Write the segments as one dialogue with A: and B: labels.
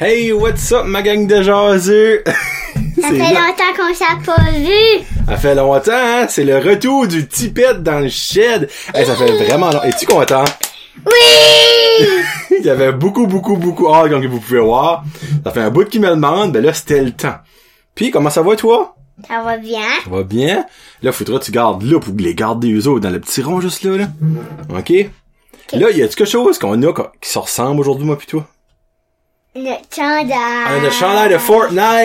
A: Hey, what's up, ma gang de jaseux?
B: Ça fait longtemps qu'on s'est pas vu.
A: Ça fait longtemps, hein? C'est le retour du tipette dans le shed. Hey, ça fait vraiment longtemps. Es-tu content?
B: Oui!
A: Il y avait beaucoup, beaucoup, beaucoup hâte, comme vous pouvez voir. Ça fait un bout qui me demande, ben là, c'était le temps. Puis, comment ça va, toi?
B: Ça va bien?
A: Ça va bien? Là, faudra que tu gardes là pour les garder eux autres dans le petit rond juste là, là. OK? Là, y a-tu quelque chose qu'on a qu'on- qui se ressemble aujourd'hui, moi pis toi?
B: Notre chandail.
A: On a le Ah, chandail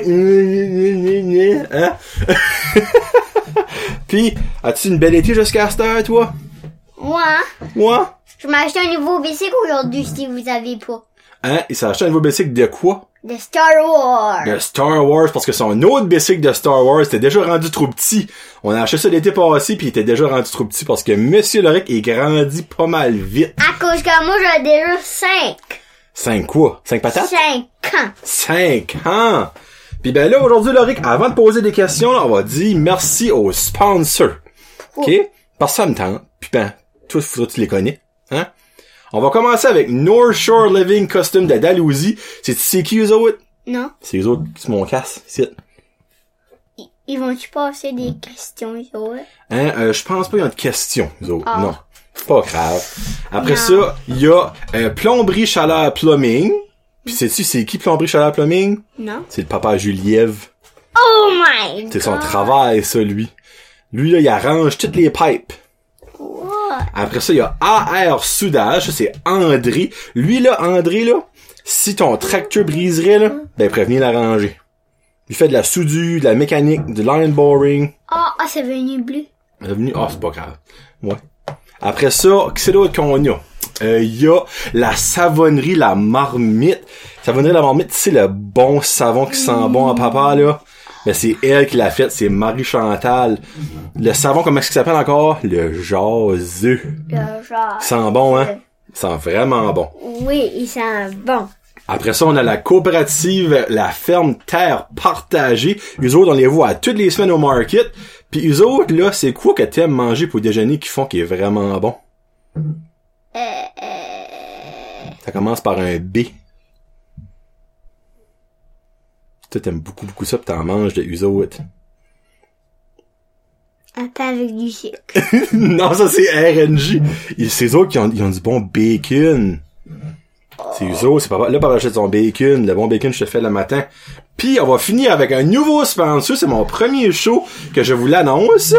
A: de Fortnite. Hein? Puis, as-tu une belle été jusqu'à cette heure, toi?
B: Moi,
A: Moi?
B: je m'achète un nouveau bicycle aujourd'hui si vous avez pas.
A: Hein? Il s'est acheté un nouveau bicycle de quoi?
B: De Star Wars.
A: De Star Wars, parce que son autre bicycle de Star Wars était déjà rendu trop petit. On a acheté ça l'été passé, puis il était déjà rendu trop petit parce que Monsieur Loric est grandi pas mal vite.
B: À cause que moi, j'en ai déjà 5.
A: 5 quoi? 5 patates?
B: 5 ans.
A: 5 ans! Puis ben là, aujourd'hui, Loric, avant de poser des questions, là, on va dire merci aux sponsors. OK?
B: Oh.
A: Parce que ça me tente. Puis ben, toi, faudra que tu les connais. Hein? On va commencer avec North Shore Living Custom de Dalhousie. C'est c'est qui eux autres?
B: Non?
A: C'est eux autres, c'est mon casse, c'est.
B: Ils- Ils vont-tu passer des questions, les autres?
A: Hein, euh, je pense pas qu'il y a de questions, eux autres.
B: Ah.
A: Non. Pas grave. Après
B: Non.
A: ça, il y a euh, Plomberie Chaleur Plumbing. Puis sais-tu, c'est qui Plomberie Chaleur Plumbing?
B: Non?
A: C'est le papa Juliev.
B: Oh my god!
A: C'est son travail, ça, lui. Lui, là, il arrange toutes les pipes.
B: Quoi?
A: Après ça, il y a AR Soudage, ça, c'est André. Lui, là, André, là, si ton tracteur briserait, là, ben, prévenez l'arranger. Il fait de la soudure, de la mécanique, du line boring.
B: Ah, ah, c'est venu bleu.
A: Revenu, ah, c'est pas grave. Ouais. Après ça, qu'est-ce que c'est d'autre qu'on a? Euh, Il y a la savonnerie, la marmite. Savonnerie, la marmite, c'est le bon savon qui sent bon à papa, là. Ben, c'est elle qui l'a fait, c'est Marie Chantal. Le savon, comment est-ce qu'il s'appelle encore? Le jaseux.
B: Le genre.
A: Sent bon, hein? Sent vraiment bon.
B: Oui, il sent bon.
A: Après ça, on a la coopérative La Ferme Terre Partagée. Eux autres, on les voit toutes les semaines au market. Puis eux autres, là, c'est quoi que t'aimes manger pour déjeuner qui font qui est vraiment bon? Ça commence par un B. Toi, t'aimes beaucoup, beaucoup ça, pis t'en manges de eux autres.
B: Un pain avec du sucre.
A: non, ça, c'est RNG. Ils- C'est eux autres qui ont, ils ont du bon bacon. C'est eux autres, c'est papa. Là, papa achète son bacon. Le bon bacon, je te fais le matin. Puis, on va finir avec un nouveau sponsor. C'est mon premier show que je vous l'annonce.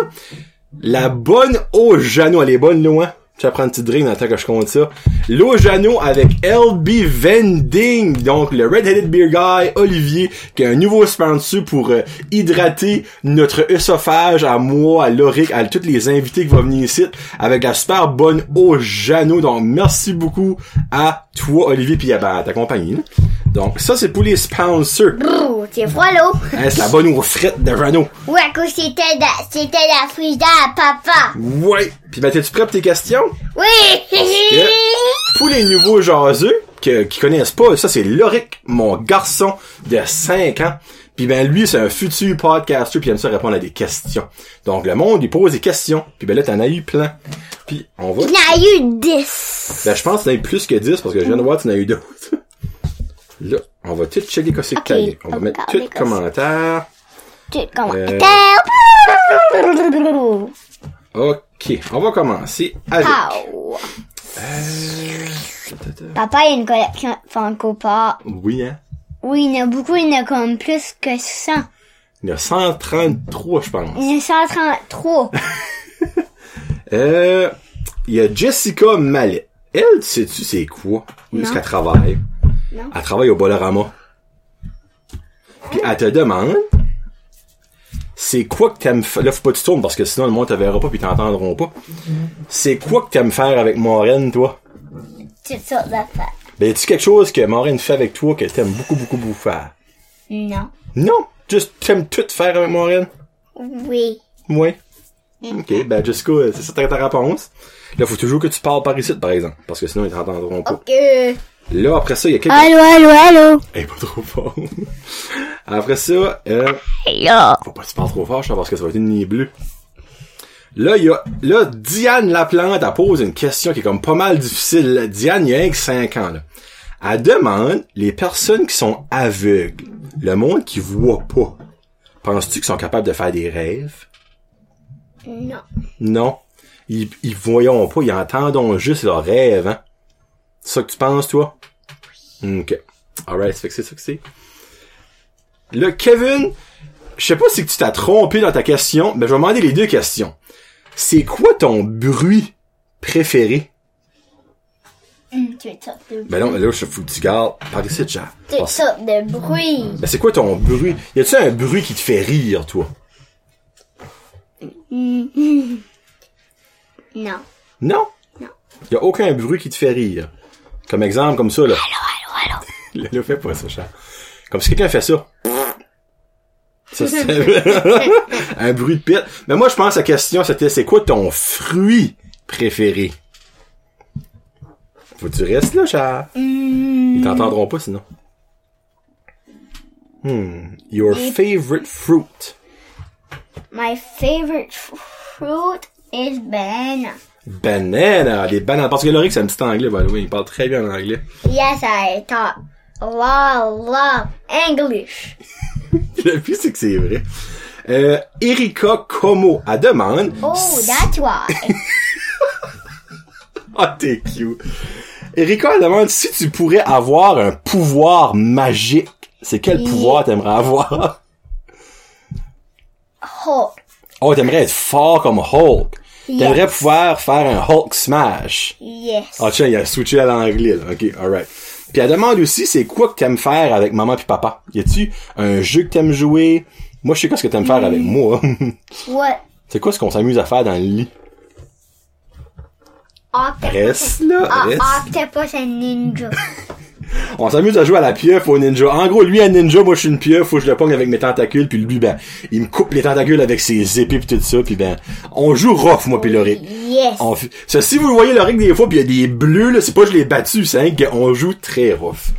A: La bonne eau Jano. Elle est bonne, là, hein? Je vais prendre une petite drink dans le temps que je compte ça. L'eau Jano avec LB Vending. Donc, le Red-Headed Beer Guy, Olivier, qui a un nouveau sponsor pour euh, hydrater notre œsophage à moi, à Loric, à tous les invités qui vont venir ici avec la super bonne eau Jano. Donc, merci beaucoup à toi, Olivier, puis à, ben, à ta compagnie. là. Donc, ça, c'est pour les sponsors.
B: Brrr, c'est froid l'eau.
A: Hein, c'est la bonne eau frite de Jano.
B: Oui, à cause c'était la, c'était la frigidaire à papa.
A: Ouais. Puis, ben, t'es-tu prêt pour tes questions?
B: Oui!
A: Pour les nouveaux jaseux que, qui connaissent pas, ça c'est Loric, mon garçon de 5 ans. Puis ben lui, c'est un futur podcaster, puis il aime ça répondre à des questions. Donc le monde, il pose des questions. Puis ben là, t'en as eu plein. Puis on va...
B: Il y en a eu 10.
A: Ben je pense que t'en as eu plus que 10, parce que je viens de voir, t'en as eu deux. là, on va tout checker qu'est-ce que
B: Ok,
A: t'as eu. On va
B: on
A: mettre
B: va
A: tout
B: regarder comme ça.
A: commentaire.
B: Tu comment?
A: Euh.
B: Attends.
A: Ok, on va commencer avec...
B: Pow. Papa, il y a une collection de Funko Pop.
A: Oui, hein?
B: Oui, il y en a beaucoup, il y en a comme plus que 100.
A: Il y en a 133, je pense.
B: Il y en a 133.
A: Euh, il y a Jessica Mallet. Elle, sais-tu c'est quoi? Où est-ce
B: Non.
A: qu'elle travaille?
B: Non.
A: Elle travaille au Bolorama. Puis elle te demande, c'est quoi que t'aimes faire? Là, faut pas que tu tournes parce que sinon le monde te verra pas puis t'entendront pas. C'est quoi que t'aimes faire avec Maureen, toi?
B: Toutes sortes d'affaires.
A: Ben, y quelque chose que Maureen fait avec toi que t'aimes beaucoup, beaucoup, beaucoup faire?
B: Non.
A: Non! Juste, t'aimes tout faire avec Maureen?
B: Oui.
A: Oui. Ok, ben Jessica, c'est ça ta ta réponse. Là, faut toujours que tu parles par ici, par exemple, parce que sinon ils t'entendront pas.
B: Ok.
A: Là, après ça, il y a quelques...
B: Allô, allô, allô.
A: Eh, pas trop fort. après ça, euh,
B: Hello.
A: faut pas que tu parles trop fort, je sais, parce que ça va être une nuit bleue. Là, il y a, là, Diane Laplante, elle pose une question qui est comme pas mal difficile. Diane, il y a rien que 5 ans, là. Elle demande les personnes qui sont aveugles, le monde qui voit pas. Penses-tu qu'ils sont capables de faire des rêves?
B: Non.
A: Non. Ils, ils voyons pas, ils entendons juste leurs rêves, hein. C'est ça que tu penses, toi? Ok. Alright, ça fait que c'est ça que c'est. Là, Kevin, je sais pas si tu t'as trompé dans ta question, mais je vais demander les deux questions. C'est quoi ton bruit préféré?
B: Hum, tu es une sorte de
A: Ben non, là, je faut que tu gardes. Par ici, déjà.
B: Tu es une sorte de bruit.
A: Ben c'est quoi ton bruit? Y a-tu un bruit qui te fait rire, toi?
B: Non.
A: Non?
B: Non.
A: Y a aucun bruit qui te fait rire. Comme exemple, comme ça, là.
B: Allô, allô,
A: Là, là, fais pas ça, Charles. Comme si quelqu'un fait ça. Ça, c'est un bruit de pète. Mais moi, je pense que la question, c'était, c'est quoi ton fruit préféré? Faut que tu restes là, Charles. Ils t'entendront pas, sinon. Hmm. Your favorite fruit.
B: My favorite f- fruit is banana.
A: Banana. Des bananes. Parce que Loric, c'est un petit anglais, by the way. Il parle très bien en anglais.
B: Yes, I talk a lot, a lot of English.
A: Le plus, c'est que c'est vrai. Euh, Erika Como, elle demande
B: Oh, that's why.
A: Ah, t'es cute. Erika elle demande si tu pourrais avoir un pouvoir magique. C'est quel pouvoir t'aimerais avoir?
B: Hulk.
A: Oh, t'aimerais être fort comme Hulk.
B: Yes.
A: T'aimerais pouvoir faire un Hulk smash.
B: Yes.
A: Ah, tiens, il a switché à l'anglais, là. OK, alright. Puis elle demande aussi, c'est quoi que t'aimes faire avec maman puis papa? Y a-tu un jeu que t'aimes jouer? Moi, je sais quoi ce que t'aimes faire avec moi.
B: What?
A: c'est quoi ce qu'on s'amuse à faire dans le lit?
B: Octopus.
A: Reste là,
B: Ah,
A: reste.
B: octopus and ninja.
A: On s'amuse à jouer à la pieuf ou au ninja. En gros, lui, un ninja, moi, je suis une pieuf, faut que je le pogne avec mes tentacules, puis lui, ben, il me coupe les tentacules avec ses épées, puis tout ça, puis ben, on joue rough, moi, puis Loric.
B: yes.
A: On fait- ça, si vous voyez Loric des fois, puis il y a des bleus, là, c'est pas que je l'ai battu, c'est hein, qu'on joue très rough.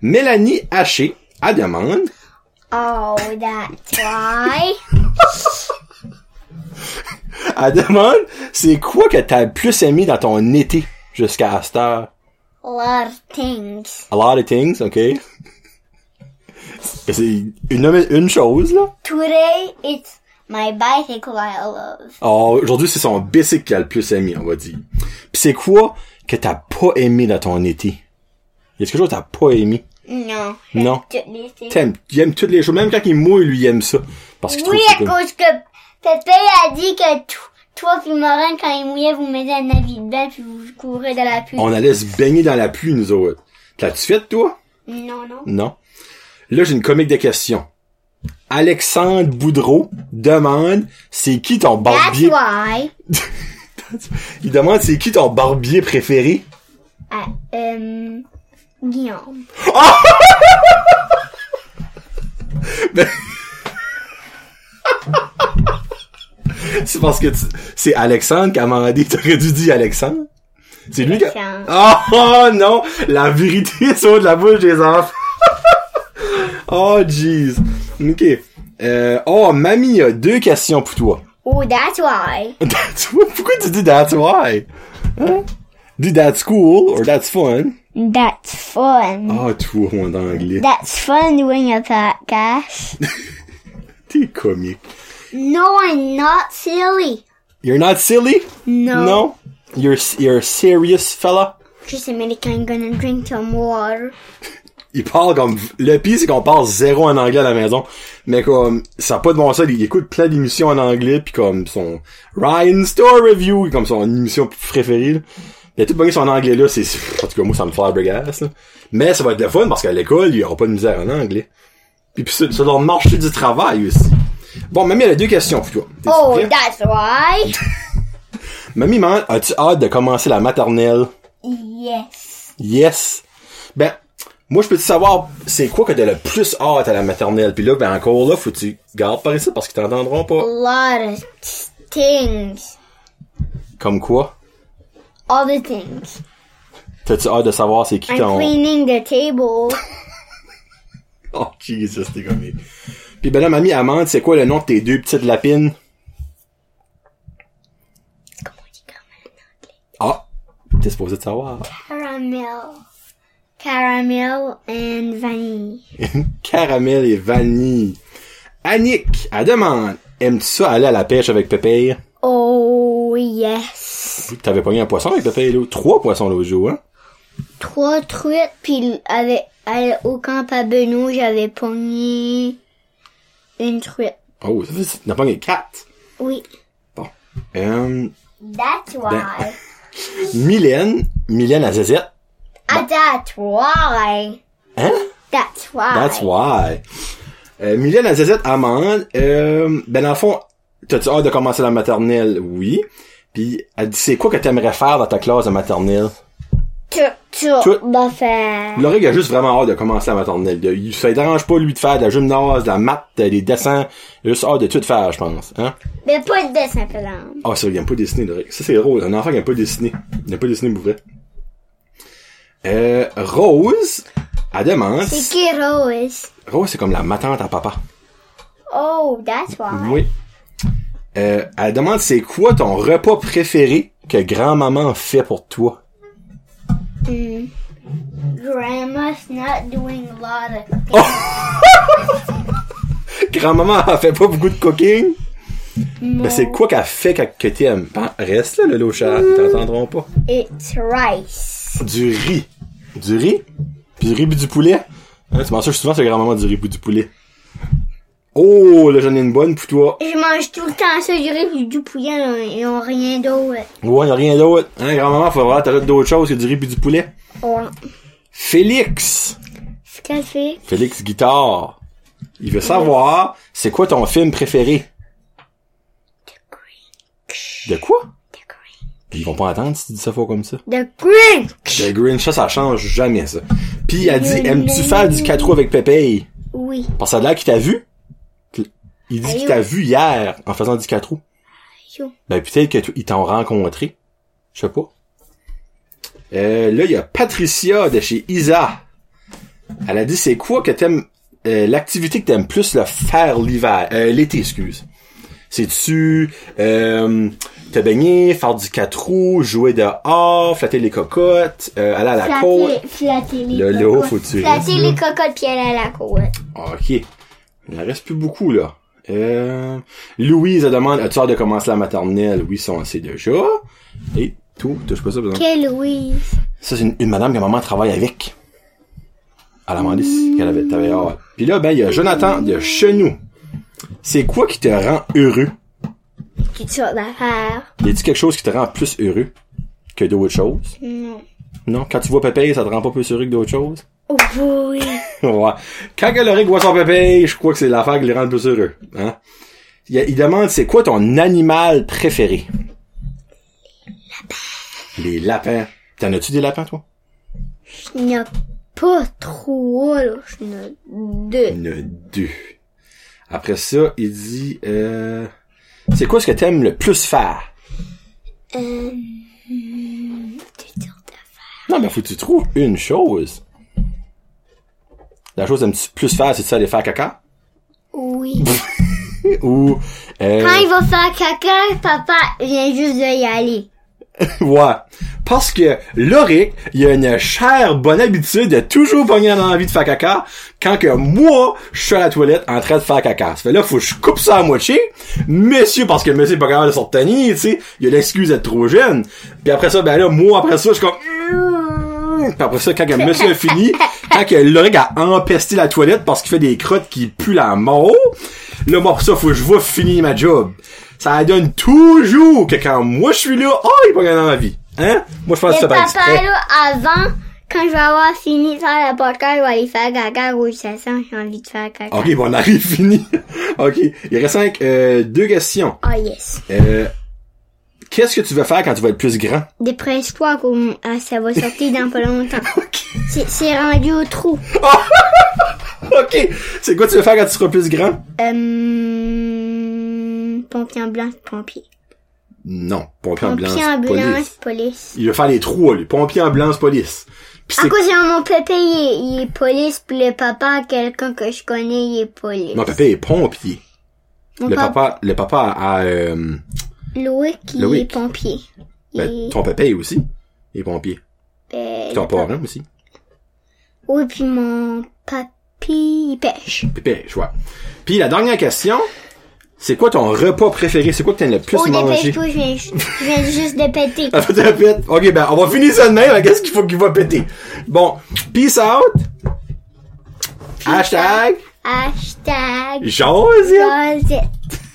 A: Mélanie Haché, à demande,
B: Oh, that's why.
A: à demande, c'est quoi que t'as le plus aimé dans ton été jusqu'à cette heure?
B: A lot of things.
A: A lot of things, ok? c'est une, une chose, là.
B: Today, it's my bicycle I love.
A: Oh, aujourd'hui, c'est son bicycle qu'elle a le plus aimé, on va dire. Puis c'est quoi que t'as pas aimé dans ton été? Y a quelque chose que t'as pas aimé?
B: No.
A: Non.
B: Toutes les things.
A: T'aimes, il aime toutes les choses. Même quand il mouille, lui, il aime ça. Parce qu'il
B: Oui,
A: trouve ça
B: à
A: comme-
B: cause que Pépé a dit que to- toi puis Morin, quand il mouillait, vous mettez un habit de bain puis vous courez dans la pluie.
A: On allait se baigner dans la pluie, nous autres. T'as-tu fait, toi?
B: Non, non.
A: Non. Là, j'ai une comique de questions. Alexandre Boudreau demande, c'est qui ton
B: That's
A: barbier?
B: why.
A: Il demande, c'est qui ton barbier préféré?
B: Ah, euh, Guillaume.
A: C'est parce que tu- c'est Alexandre qui a demandé. T'aurais dû dire Alexandre. C'est lui qui a...
B: Alexandre.
A: Oh, oh, non! La vérité sort de la bouche des enfants. oh, jeez. OK. Euh, oh, mamie a deux questions pour toi.
B: Oh, that's why.
A: That's why- Pourquoi tu dis that's why? Hein? Dis that's cool or that's fun.
B: That's fun.
A: Ah, toi, en anglais.
B: That's fun doing a podcast.
A: T'es comique.
B: no, I'm not silly.
A: You're not silly?
B: No.
A: No? You're, you're a serious fella?
B: Just a minute, I'm gonna drink some water.
A: il parle comme le pire c'est qu'on parle zéro en anglais à la maison mais comme ça a pas de bon sens il écoute plein d'émissions en anglais puis comme son Ryan Store Review comme son émission préférée là. il a tout pogné son anglais là c'est en tout cas moi ça me fait la bregasse, là. mais ça va être le fun parce qu'à l'école il y aura pas de misère en anglais puis puis sur, sur leur marché du travail aussi bon mamie elle a deux questions pour toi T'es-tu
B: Oh,
A: prêt?
B: that's why.
A: mamie man as-tu hâte de commencer la maternelle
B: yes.
A: Yes. Ben, moi, je peux-tu savoir c'est quoi que t'as le plus hâte à la maternelle? Puis là, ben encore là, faut que tu gardes par ici parce qu'ils t'entendront
B: A
A: pas.
B: lot of things.
A: Comme quoi?
B: All the things.
A: T'as-tu hâte de savoir c'est qui
B: I'm
A: ton...
B: cleaning the table.
A: Oh, Jesus, t'es comme... Puis ben là, mamie Amande, c'est quoi le nom de tes deux petites lapines?
B: Comment on dit
A: Ah! T'es supposé de savoir.
B: caramel? Caramel and vanille.
A: Caramel et vanille. Annick, elle demande, aimes-tu ça aller à la pêche avec Pépé?
B: Oh yes.
A: T'avais pas eu un poisson avec Pépé, là? Trois poissons l'autre jour, hein?
B: Trois truites puis avec à- au camp à Benoît, j'avais pogné une truite.
A: Oh, ça fait, t'en as pas eu quatre.
B: Oui.
A: Bon. Euh,
B: That's
A: ben.
B: why.
A: Mylène, Mylène à Zazette.
B: Ah, that's why.
A: Hein?
B: That's why.
A: That's why. Euh, Mylène à Zazette, Amande, euh, ben dans le fond, t'as-tu hâte de commencer la maternelle? Oui. Puis elle dit, c'est quoi que t'aimerais faire dans ta classe de maternelle?
B: Tu, tu,
A: Tu-
B: vas faire.
A: Laurie a juste vraiment hâte de commencer la maternelle. De- il- Ça ne dérange pas, lui, de faire de la gymnase, de la maths, des dessins. Il a juste hâte de tout faire, je pense. Hein?
B: Mais pas de dessin blanc.
A: Ah, ça, il aime pas dessiner, Laurie. Ça, c'est drôle. Un enfant qui aime pas dessiner. Il aime pas dessiner pour vrai. Euh, Rose, elle demande...
B: C'est qui Rose?
A: Rose, c'est comme la matante à papa.
B: Oh, that's why.
A: Oui. Euh, elle demande c'est quoi ton repas préféré que grand-maman fait pour toi?
B: Mm. Grandma's not doing a lot of
A: Grand-maman, elle fait pas beaucoup de cooking? Mais c'est quoi qu'elle fait que, que t'aimes? Ben, Reste là, le loup chat, ils t'entendront pas.
B: It's rice.
A: Du riz. Du riz? Puis du riz puis du poulet? Hein, tu manges souvent, c'est grand-maman du riz puis du poulet. Oh, là, j'en ai une bonne pour toi.
B: Je mange tout le temps ça, du riz et du poulet là, et on rien d'autre.
A: Ouais, y a rien d'autre. Hein, grand-maman, faut voir, t'arrêtes d'autres choses que du riz puis du poulet.
B: Oh,
A: Félix!
B: ce qu'elle fait,
A: Félix Guitare. Il veut savoir, c'est quoi ton film préféré? De quoi?
B: The Grinch.
A: Puis ils vont pas entendre si tu dis ça fort comme ça.
B: The Grinch.
A: Le Grinch, ça, ça change jamais, ça. Puis elle dit, aimes-tu faire du 4 roues avec Pépé?
B: Oui.
A: Parce que ça a l'air qu'il t'a vu. Puis Il dit qu'il t'a vu hier en faisant du 4 roues.
B: Yo.
A: Ben peut-être qu'ils t'ont rencontré. Je sais pas. Euh, là, il y a Patricia de chez Isa. Elle a dit c'est quoi que t'aimes. euh, L'activité que t'aimes plus le faire l'hiver. Euh, l'été, excuse. C'est-tu euh, te baigner, faire du quatre roues, jouer dehors, flatter les cocottes, euh, aller à la côte.
B: Flatter, flatter les
A: Le lot,
B: cocottes.
A: faut Mm. que tu
B: Flatter
A: restes,
B: les cocottes puis aller à la côte.
A: Ok. Il en reste plus beaucoup là. Euh, Louise elle demande as-tu hâte de commencer la maternelle? Oui, ça on le sait déjà. Et tout, touche pas ça, besoin.
B: Quelle Louise.
A: Ça, c'est une, une madame que maman travaille avec. Elle a demandé si elle avait t'avais hâte. Puis là, ben, il y a Jonathan de Chenou. C'est quoi qui te rend heureux?
B: Qui sorte d'affaires?
A: Y a-t-il quelque chose qui te rend plus heureux que d'autres choses?
B: Non.
A: Non? Quand tu vois Pépé, ça te rend pas plus heureux que d'autres choses?
B: Oh oui.
A: ouais. Quand Galoric voit son Pépé, je crois que c'est l'affaire qui le rend le plus heureux. Hein? Il, il demande, c'est quoi ton animal préféré? Les lapins. T'en as-tu des lapins, toi?
B: Il n'y a pas trop là. Je n'ai deux.
A: Il y en a deux. Après ça, il dit euh, C'est quoi ce que t'aimes le plus faire?
B: Euh, hmm, deux sortes d'affaires.
A: Non, mais faut que tu trouves une chose. La chose que t'aimes plus faire, c'est-tu aller faire caca?
B: Oui.
A: Mm. Ou euh,
B: Quand il va faire caca, papa vient juste de y aller.
A: Ouais. Parce que Loric, il a une chère bonne habitude de toujours pogner dans l'envie de faire caca quand que moi, je suis à la toilette en train de faire caca. Ça fait là, faut que je coupe ça à moitié. Monsieur, parce que monsieur est pas capable de sortir tu sais, il a l'excuse d'être trop jeune. Puis après ça, ben là, moi, après ça, je suis comme... Puis après ça, quand que monsieur a fini, quand que Loric a empesté la toilette parce qu'il fait des crottes qui puent la mort, là, moi, pour ça, faut que je vois finir ma job. Ça donne toujours que quand moi je suis là, oh, il est pas gagné dans la vie. Hein? Moi, je pense que c'est
B: Le
A: pas
B: papa,
A: exprès.
B: là, avant, quand je vais avoir fini de faire le podcast, je vais aller faire caca. Oui, ça sent, j'ai envie de faire caca.
A: Ok, bon, on arrive fini. ok. Il reste cinq, euh, deux questions.
B: Oh yes.
A: Euh, qu'est-ce que tu veux faire quand tu vas être plus grand?
B: Dépresse-toi, qu'on- ah, ça va sortir dans pas longtemps.
A: Ok.
B: C'est- C'est rendu au trou.
A: Ok. C'est quoi tu veux faire quand tu seras plus grand?
B: Euh, pompier ambulance, pompier.
A: Non. Pompier, ambulance,
B: Pompier ambulance,
A: police.
B: police.
A: Il veut faire les trois, lui. Pompier, ambulance, police. Puis
B: À
A: c'est...
B: cause de mon pépé, il est, il est police, puis le papa, quelqu'un que je connais, il est police.
A: Mon papa est pompier.
B: Mon
A: le
B: pap-
A: papa, le papa a, euh,
B: Loïc, il
A: Loïc.
B: est pompier. Il
A: ben,
B: est-
A: ton papa est aussi. Il est pompier.
B: ben,
A: Ton
B: le pap-
A: parent aussi.
B: Oui, puis mon papy, il pêche.
A: Pépé, je vois. Puis la dernière question, c'est quoi ton repas préféré? C'est quoi que t'aimes le plus
B: Oh,
A: manger?
B: dépêche-toi, je viens, je viens juste de péter.
A: Ah, faut que tu répètes. Ok, ben, on va finir ça de même. hein, Qu'est-ce qu'il faut qu'il va péter? Bon, peace out. Hashtag,
B: Hashtag
A: Josiane.
B: Rosette.